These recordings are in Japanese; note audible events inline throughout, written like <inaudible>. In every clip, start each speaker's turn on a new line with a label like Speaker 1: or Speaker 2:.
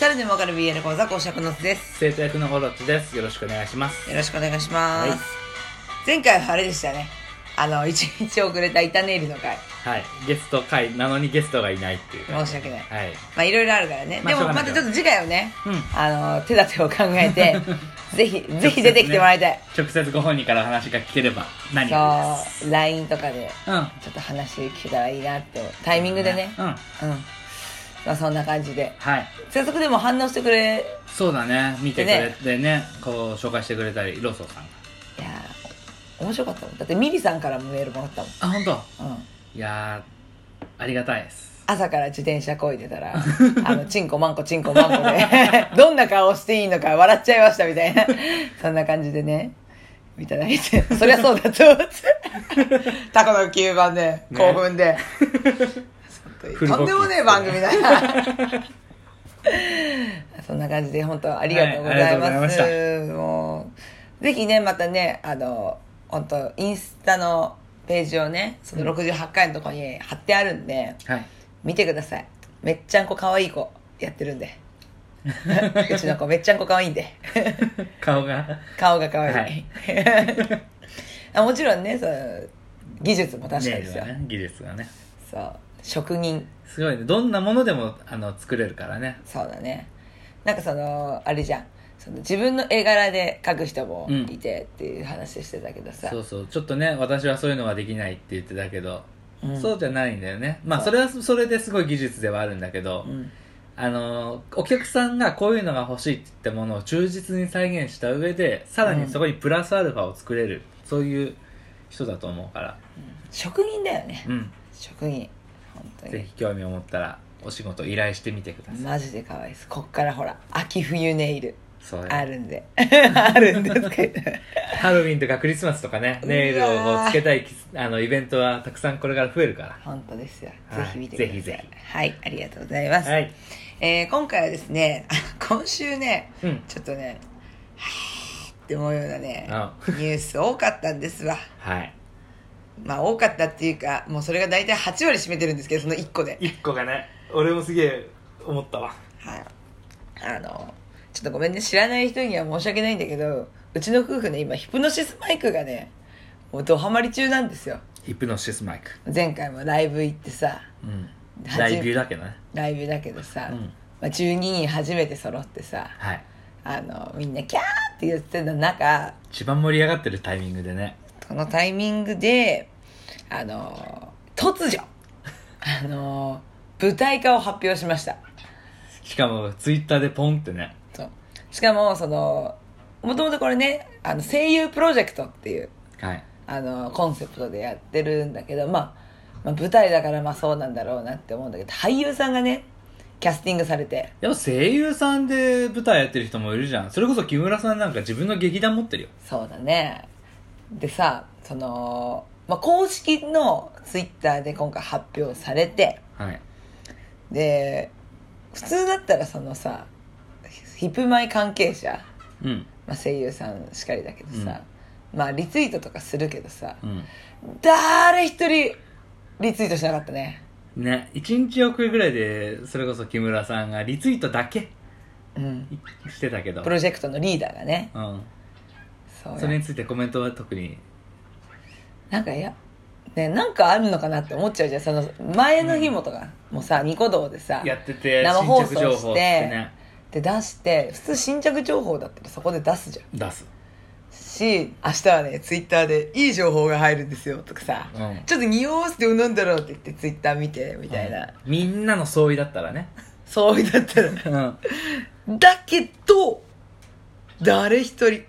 Speaker 1: 誰でもわかる BL 講座講釈のつです
Speaker 2: 生徒役のオロチですよろしくお願いします
Speaker 1: よろしくお願いします、
Speaker 2: はい
Speaker 1: 前回はあれでしたねあの一日遅れた板ネイルの回
Speaker 2: はいゲスト会なのにゲストがいないっていう
Speaker 1: 申し訳ない
Speaker 2: はい
Speaker 1: まあいろいろあるからね、
Speaker 2: まあ
Speaker 1: で
Speaker 2: し
Speaker 1: も
Speaker 2: ょうがな
Speaker 1: また
Speaker 2: いけ
Speaker 1: ちょ
Speaker 2: ど
Speaker 1: っと次回をね、
Speaker 2: うん
Speaker 1: あの手立てを考え
Speaker 2: <laughs>
Speaker 1: てぜひぜひ出てきてもらいたい、
Speaker 2: 直接ご本人から話が聞ければ何よりで
Speaker 1: そう LINE とかです
Speaker 2: うん
Speaker 1: ちょっと話聞けたらいいなってタイミングでね
Speaker 2: うん
Speaker 1: うん、まあ、そんな感じで
Speaker 2: はい
Speaker 1: 早速でも反応してくれ
Speaker 2: そうだね見てく
Speaker 1: で
Speaker 2: れ
Speaker 1: ね
Speaker 2: てねこう紹介してくれたりローソンさんが
Speaker 1: いやー面白かったもんだってミリさんからもメールもらったも
Speaker 2: あ本当
Speaker 1: ん、うん、
Speaker 2: いやーありがたいです
Speaker 1: 朝から自転車こいでたら <laughs> あのチンコマンコチンコマンコで <laughs> どんな顔をしていいのか笑っちゃいましたみたいな <laughs> そんな感じでねいただいて <laughs> そりゃそうだと思って
Speaker 2: <laughs>
Speaker 1: タコの吸盤で興奮で、
Speaker 2: フル
Speaker 1: と
Speaker 2: ボ
Speaker 1: ん
Speaker 2: ッキ
Speaker 1: でもねえ番組だな
Speaker 2: <laughs>
Speaker 1: そんな感じで本当ありがとうございます、
Speaker 2: はいありがとうご
Speaker 1: もうぜひねまたねあの本当インスタのページをねその68回のとこに貼ってあるんで、
Speaker 2: はい
Speaker 1: 見てくださいめっちゃんこ可愛い子やってるんで <laughs> うちの子めっちゃんこ可愛いんで
Speaker 2: 顔が
Speaker 1: 顔が可愛い、
Speaker 2: は
Speaker 1: <laughs> あもちろんねその技術も確か
Speaker 2: ネイ
Speaker 1: で
Speaker 2: ル
Speaker 1: すよ、
Speaker 2: がね技術がね
Speaker 1: そう職人
Speaker 2: すごいねどんなものでもあの作れるからね
Speaker 1: そうだねなんかそのあれじゃんその自分の絵柄で描く人もいてっていう話してたけどさ、
Speaker 2: そうそうちょっとね私はそういうのはできないって言ってたけど、
Speaker 1: うん
Speaker 2: そうじゃないんだよねまあ
Speaker 1: そう
Speaker 2: それはそれですごい技術ではあるんだけど、
Speaker 1: うん
Speaker 2: あのお客さんがこういうのが欲しいって言ったものを忠実に再現した上でさらにそこにプラスアルファを作れる、そういう人だと思うから
Speaker 1: 職人だよね、
Speaker 2: うん
Speaker 1: 職人本当
Speaker 2: ぜ
Speaker 1: に
Speaker 2: ひ興味を持ったらお仕事依頼してみてください、
Speaker 1: マジで可愛いですこっからほら秋冬ネイル
Speaker 2: そうよ
Speaker 1: あるんで <laughs> あるんですけど
Speaker 2: ハロウィンとかクリスマスとかね
Speaker 1: うわー
Speaker 2: ネイルをこうつけたいきあのイベントはたくさんこれから増えるか
Speaker 1: 本当ですよ、
Speaker 2: はい
Speaker 1: ぜひ見てください
Speaker 2: ぜひぜひ
Speaker 1: はいありがとうございま
Speaker 2: ら
Speaker 1: す、
Speaker 2: はい
Speaker 1: えー今回はですね <laughs> あ今週ね
Speaker 2: うん
Speaker 1: ちょっとねはぁって思うようなね
Speaker 2: あ
Speaker 1: ニュース多かったんですわ <laughs>
Speaker 2: はい
Speaker 1: まあ多かったっていうかもうそれが大体8割占めてるんですけどその1個で、
Speaker 2: 一個がね俺もすげえ思ったわ
Speaker 1: はい、あのちょっとごめんね知らない人には申し訳ないんだけどうちの夫婦ね今ヒプノシスマイクがねもうドハマり中なんですよ
Speaker 2: ヒプノシスマイク、
Speaker 1: 前回もライブ行ってさ
Speaker 2: うん、
Speaker 1: 初
Speaker 2: 大ビューだけどね
Speaker 1: ライブだけどさ、
Speaker 2: うん
Speaker 1: まあ、12人初めて揃ってさ
Speaker 2: はい
Speaker 1: あのみんなキャーって言ってた中
Speaker 2: 一番盛り上がってるタイミングでね
Speaker 1: このタイミングであの突如あの舞台化を発表しました
Speaker 2: しかもツイッターでポンってね
Speaker 1: そうしかもそのもともとこれねあの声優プロジェクトっていう
Speaker 2: はい
Speaker 1: あのコンセプトでやってるんだけど、まあ、まあ舞台だからまあそうなんだろうなって思うんだけど俳優さんがねキャスティングされて
Speaker 2: やっぱ声優さんで舞台やってる人もいるじゃんそれこそ木村さんなんか自分の劇団持ってるよ
Speaker 1: そうだねでさその、まあ、公式のツイッターで今回発表されて
Speaker 2: はい
Speaker 1: で普通だったらそのさヒップマイ関係者、
Speaker 2: うん
Speaker 1: まあ、声優さんしかりだけどさ、まあリツイートとかするけどさ
Speaker 2: うん
Speaker 1: 誰一人リツイートしなかったね
Speaker 2: ね一日遅れぐらいでそれこそ木村さんがリツイートだけ
Speaker 1: うん
Speaker 2: してたけど
Speaker 1: プロジェクトのリーダーがね
Speaker 2: うん
Speaker 1: そう
Speaker 2: それについてコメントは特に
Speaker 1: なんかいやねなんかあるのかなって思っちゃうじゃんその前の日もとか、もうさニコ動でさ
Speaker 2: やってて
Speaker 1: 生放送
Speaker 2: 新着情報っつってね
Speaker 1: で出して普通新着情報だったらそこで出すじゃん
Speaker 2: 出す
Speaker 1: し明日はねツイッターで「いい情報が入るんですよ」とかさ、
Speaker 2: うん
Speaker 1: ちょっと匂わせて飲んだろうって言ってツイッター見てみたいな、
Speaker 2: うんみんなの相違だったらね
Speaker 1: そうだったら
Speaker 2: うん
Speaker 1: だけど誰一人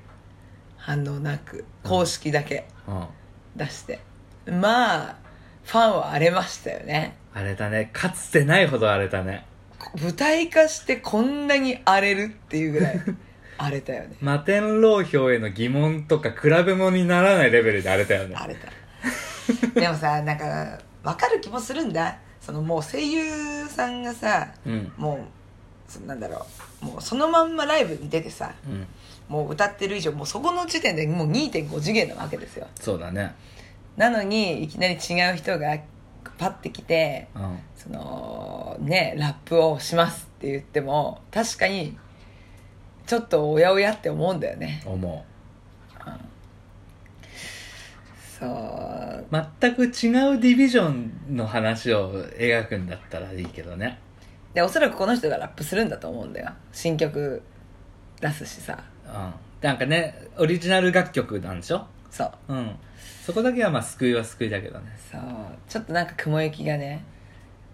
Speaker 1: 反応なく公式だけ
Speaker 2: うん
Speaker 1: 出して、まあファンは荒れましたよね
Speaker 2: 荒れたねかつてないほど荒れたね
Speaker 1: 舞台化してこんなに荒れるっていうぐらい荒れたよね
Speaker 2: 摩天楼票への疑問とか比べ物にならないレベルで荒れたよね
Speaker 1: 荒れたでもさなんか分かる気もするんだそのもう声優さんがさ
Speaker 2: うん
Speaker 1: もうそなんだろうもうそのまんまライブに出てさ
Speaker 2: うん
Speaker 1: もう歌ってる以上もうそこの時点でもう2.5次元なわけですよ
Speaker 2: そうだね
Speaker 1: なのにいきなり違う人がパッて来て
Speaker 2: うん
Speaker 1: そのねラップをしますって言っても確かにちょっとおやおやって思うんだよね
Speaker 2: 思
Speaker 1: そう
Speaker 2: う全く違うディビジョンの話を描くんだったらいいけどね
Speaker 1: でおそらくこの人がラップするんだと思うんだよ新曲出すしさ
Speaker 2: うんなんかねオリジナル楽曲なんでしょ
Speaker 1: そう
Speaker 2: うんそこだけはまあ救いは救いだけどね
Speaker 1: そうちょっとなんか雲行きがね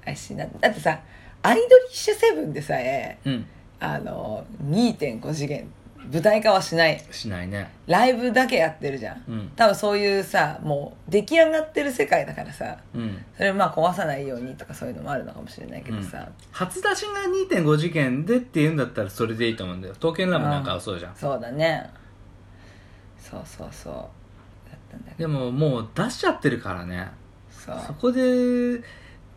Speaker 1: 怪しいなだってさアイドリッシュセブンでさえ
Speaker 2: うん
Speaker 1: あの2.5次元舞台化はしない
Speaker 2: しないね
Speaker 1: ライブだけやってるじゃん
Speaker 2: うん
Speaker 1: 多分そういうさもう出来上がってる世界だからさ
Speaker 2: うん
Speaker 1: それをまあ壊さないようにとかそういうのもあるのかもしれないけどさ、
Speaker 2: 初出しが2.5次元でっていうんだったらそれでいいと思うんだよ刀剣乱舞なんかはそうじゃん
Speaker 1: そうだねそうそうそうだったんだけど
Speaker 2: でももう出しちゃってるからね
Speaker 1: そう
Speaker 2: そこで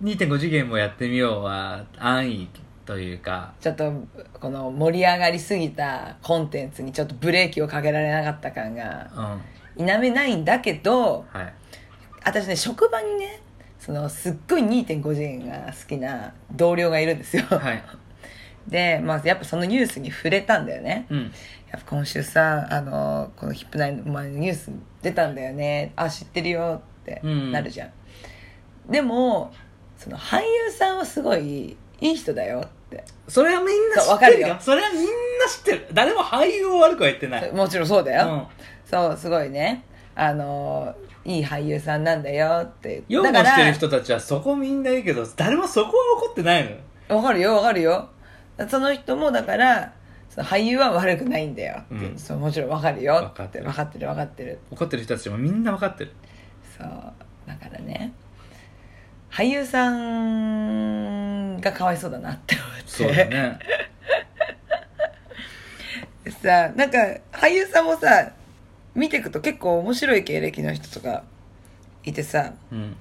Speaker 2: 2.5次元もやってみようは安易というか
Speaker 1: ちょっとこの盛り上がりすぎたコンテンツにちょっとブレーキをかけられなかった感が
Speaker 2: うんは
Speaker 1: 否めないんだけど
Speaker 2: い
Speaker 1: 私ね職場にねそのすっごい2.5次元が好きな同僚がいるんですよ、
Speaker 2: はい
Speaker 1: <laughs> で、まあ、やっぱそのニュースに触れたんだよね
Speaker 2: うん
Speaker 1: やっぱ今週さあのこのヒップナインの前のニュース出たんだよねあ知ってるよって
Speaker 2: うん
Speaker 1: なるじゃん、でもその俳優さんはすごいいい人だよって
Speaker 2: それはみんな
Speaker 1: そうわ
Speaker 2: 知
Speaker 1: か
Speaker 2: って
Speaker 1: るよ
Speaker 2: るよそれはみんな知ってる誰も俳優を悪くは言ってない
Speaker 1: もちろんそうだ
Speaker 2: う
Speaker 1: よ、
Speaker 2: ん
Speaker 1: そうすごいねあのいい俳優さんなんだよって
Speaker 2: 擁護
Speaker 1: だから
Speaker 2: してる人たちはそこみんないいけど誰もそこは怒ってないのよ
Speaker 1: わかるよわかるよその人もだからその俳優は悪くないんだよって、
Speaker 2: うん
Speaker 1: そうもちろんわかるよ
Speaker 2: わかってる
Speaker 1: 分かってる分かってる
Speaker 2: 怒ってる人たちもみんな分かってる
Speaker 1: そうだからね俳優さんがかわいそうだなって思って
Speaker 2: そうだね
Speaker 1: <laughs> さなんか俳優さんもさ見ていくと結構面白い経歴の人とかいてさ
Speaker 2: うん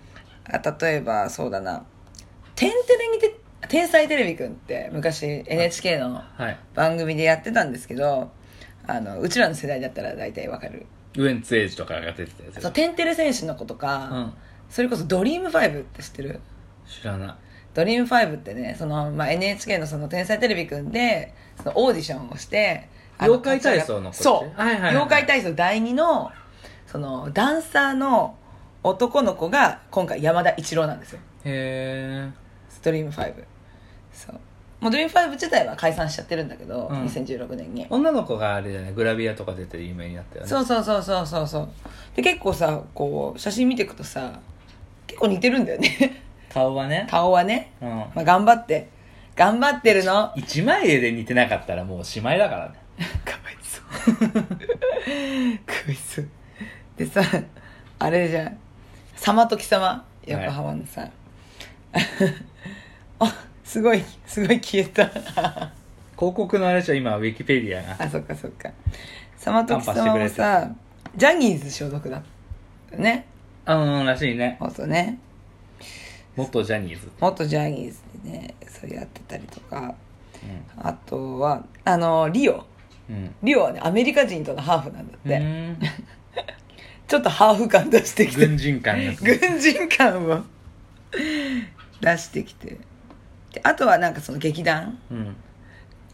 Speaker 1: あ例えばそうだな「天てれ」にて「天才テレビくん」って昔 NHK の
Speaker 2: はい
Speaker 1: 番組でやってたんですけどあのうちらの世代だったら大体わかる
Speaker 2: ウエンツエイジとかが出てたやつ
Speaker 1: そうテンテレ選手の子とか、
Speaker 2: うん
Speaker 1: それこそ「ドリームファイブって知ってる
Speaker 2: 知らない
Speaker 1: ドリームファイブってねその、まあ、NHK のその「天才テレビくん」でそのオーディションをしてあの
Speaker 2: 妖怪体操の子
Speaker 1: そう、
Speaker 2: はいはいはい
Speaker 1: 妖怪体操第2のそのダンサーの男の子が今回山田一郎なんですよ
Speaker 2: へ
Speaker 1: ドリームファイブそうもうドリームファイブ自体は解散しちゃってるんだけど、
Speaker 2: うん
Speaker 1: 2016年に
Speaker 2: え女の子があれだよねグラビアとか出て有名になったよね
Speaker 1: そうそうそうそうそうそうで結構さこう写真見ていくとさ結構似てるんだよね <laughs>
Speaker 2: 顔はね
Speaker 1: 顔はね、
Speaker 2: うん
Speaker 1: まあ、頑張って頑張ってるのかわ
Speaker 2: 一枚絵で似てなかったらもうしまいだからね
Speaker 1: いそう <laughs> かわいそうでさあれじゃん「様と貴様」横浜のさ、 <laughs> あすごいすごい消えた
Speaker 2: 広告のあれじゃ今ウィキペディアが
Speaker 1: あそっかそっか様と貴
Speaker 2: カンパして
Speaker 1: 様
Speaker 2: くれ
Speaker 1: も
Speaker 2: て
Speaker 1: さジャニーズ所属だったね
Speaker 2: あうんらしいね
Speaker 1: 元ね
Speaker 2: 元ジャニーズ
Speaker 1: 元ジャニーズでねそれやってたりとか
Speaker 2: うん
Speaker 1: あとはあのリオ
Speaker 2: うん
Speaker 1: リオはねアメリカ人とのハーフなんだっ
Speaker 2: う
Speaker 1: て、
Speaker 2: ーん
Speaker 1: ちょっとハーフ感出してきて
Speaker 2: 軍人
Speaker 1: <laughs>
Speaker 2: 感ですね
Speaker 1: 軍人感を出してきてであとはなんかその劇団
Speaker 2: うん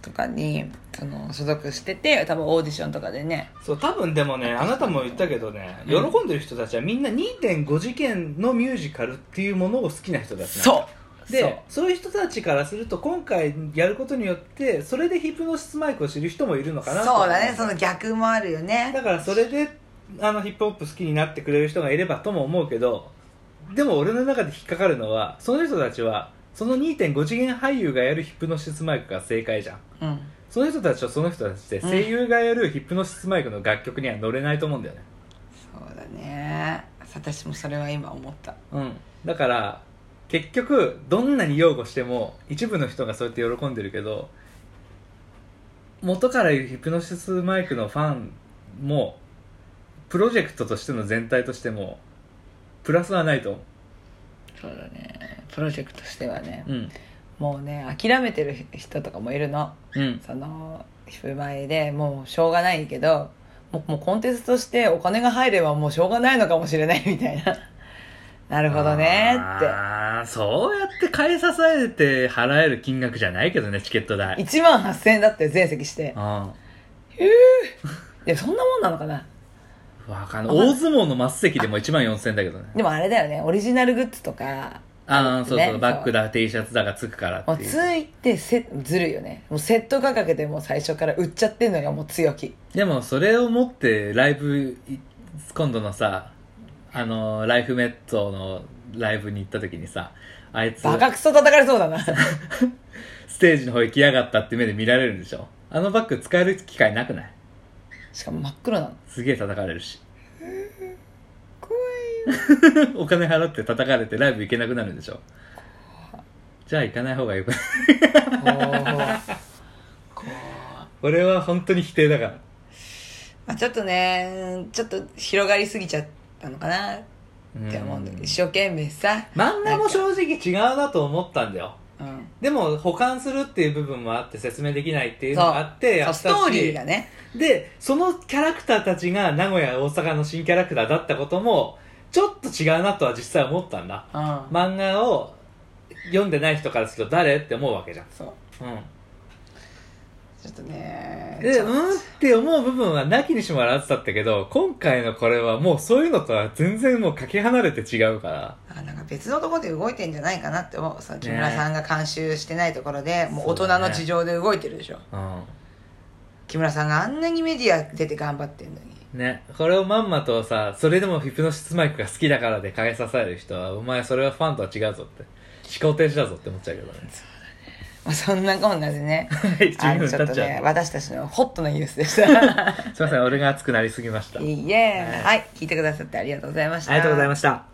Speaker 1: とかにその所属してて多分オーディションとかでね
Speaker 2: そう多分でもねあなたも言ったけどね喜んでる人たちはみんな2.5次元のミュージカルっていうものを好きな人たちなんだ
Speaker 1: そう
Speaker 2: で
Speaker 1: そ
Speaker 2: そうういう人たちからすると今回やることによってそれでヒプノシスマイクを知る人もいるのかなと思
Speaker 1: そうだねその逆もあるよね
Speaker 2: だからそれであのヒップホップ好きになってくれる人がいればとも思うけどでも俺の中で引っかかるのはその人たちはその2.5次元俳優がやるヒプノシスマイクが正解じゃん
Speaker 1: うん
Speaker 2: その人たちはその人たちで声優がやるヒプノシスマイクの楽曲には乗れないと思うんだよね
Speaker 1: そうだね私もそれは今思った
Speaker 2: うんだから結局どんなに擁護しても一部の人がそうやって喜んでるけど元からいるヒプノシスマイクのファンもプロジェクトとしての全体としてもプラスはないと思
Speaker 1: そうだねプロジェクトとしてはね
Speaker 2: ううん
Speaker 1: もうね諦めてる人とかもいるの
Speaker 2: うん
Speaker 1: そのひふまえでもうしょうがないけどもうもうコンテンツとしてお金が入ればもうしょうがないのかもしれないみたいな <laughs> なるほどねっ
Speaker 2: ああ、そうやって買い支えて払える金額じゃないけどね、チケット代。
Speaker 1: て1万8000円だって全席して
Speaker 2: うん。
Speaker 1: いやそんなもんなのかな
Speaker 2: わかんない。大相撲の末席でも1万4000円だけどね。
Speaker 1: でもあれだよねオリジナルグッズとか
Speaker 2: ああ、そう
Speaker 1: ね
Speaker 2: そう、バッグだ、T シャツだがつくから
Speaker 1: も
Speaker 2: っ
Speaker 1: う
Speaker 2: て
Speaker 1: つ
Speaker 2: いう。
Speaker 1: いてせずるいよねもうセット価格でもう最初から売っちゃってんのがもう強気
Speaker 2: でも、それを持って、ライブい、今度のさ、あの、ライフメットのライブに行った時にさ、あいつ、
Speaker 1: バカクソ叩かれそうだな
Speaker 2: ステージの方行きやがったって目で見られるんでしょ。あのバッグ使える機会なくない
Speaker 1: <laughs> しかも真っ黒なの
Speaker 2: すげえ叩かれるし。
Speaker 1: 怖
Speaker 2: <laughs> お金払って叩かれてライブ行けなくなるんでしょじゃあ行かない方がよくない
Speaker 1: い
Speaker 2: 俺は本当に否定だから
Speaker 1: まあちょっとねちょっと広がりすぎちゃったのかなって思うんだけど
Speaker 2: うん
Speaker 1: 一生懸命さ
Speaker 2: 漫画も正直違うなと思ったんだよ
Speaker 1: うん
Speaker 2: でも保管するっていう部分もあって説明できないっていうのがあってや
Speaker 1: そ
Speaker 2: っ
Speaker 1: う
Speaker 2: たし
Speaker 1: ストーリーがね
Speaker 2: でそのキャラクターたちが名古屋大阪の新キャラクターだったこともちょっと違うなとは実際思ったんだ
Speaker 1: うん、
Speaker 2: 漫画を読んでない人からすると誰って思うわけじゃん、
Speaker 1: そう
Speaker 2: うん、
Speaker 1: ちょっとね
Speaker 2: で、
Speaker 1: ちょっと
Speaker 2: うんって思う部分はなきにしもあらずだったけど、今回のこれはもうそういうのとは全然もうかけ離れて違うから。
Speaker 1: あなんか別のところで動いてんじゃないかなって思うその木村
Speaker 2: ね
Speaker 1: さんが監修してないところで、もう大
Speaker 2: そう
Speaker 1: 人
Speaker 2: だね
Speaker 1: の事情で動いてるでしょ、
Speaker 2: う
Speaker 1: 木村さんがあんなにメディア出て頑張ってんのに
Speaker 2: ん。ね、これをまんまとさ、それでもヒプノシスマイクが好きだからでかけさせる人は、お前それはファンとは違うぞって。思考停止だぞって思っちゃうけどね。
Speaker 1: まあ、そんなこんなでね
Speaker 2: はい
Speaker 1: <laughs> あの
Speaker 2: <laughs> 自
Speaker 1: ち
Speaker 2: 分
Speaker 1: ょ
Speaker 2: の
Speaker 1: っと
Speaker 2: 立っち
Speaker 1: ね
Speaker 2: ゃう
Speaker 1: 私たちのホットなニュースでした
Speaker 2: すいません、俺が熱くなりすぎました。あり
Speaker 1: いいえはい聞いてくださってありがとうございました
Speaker 2: がとうございました。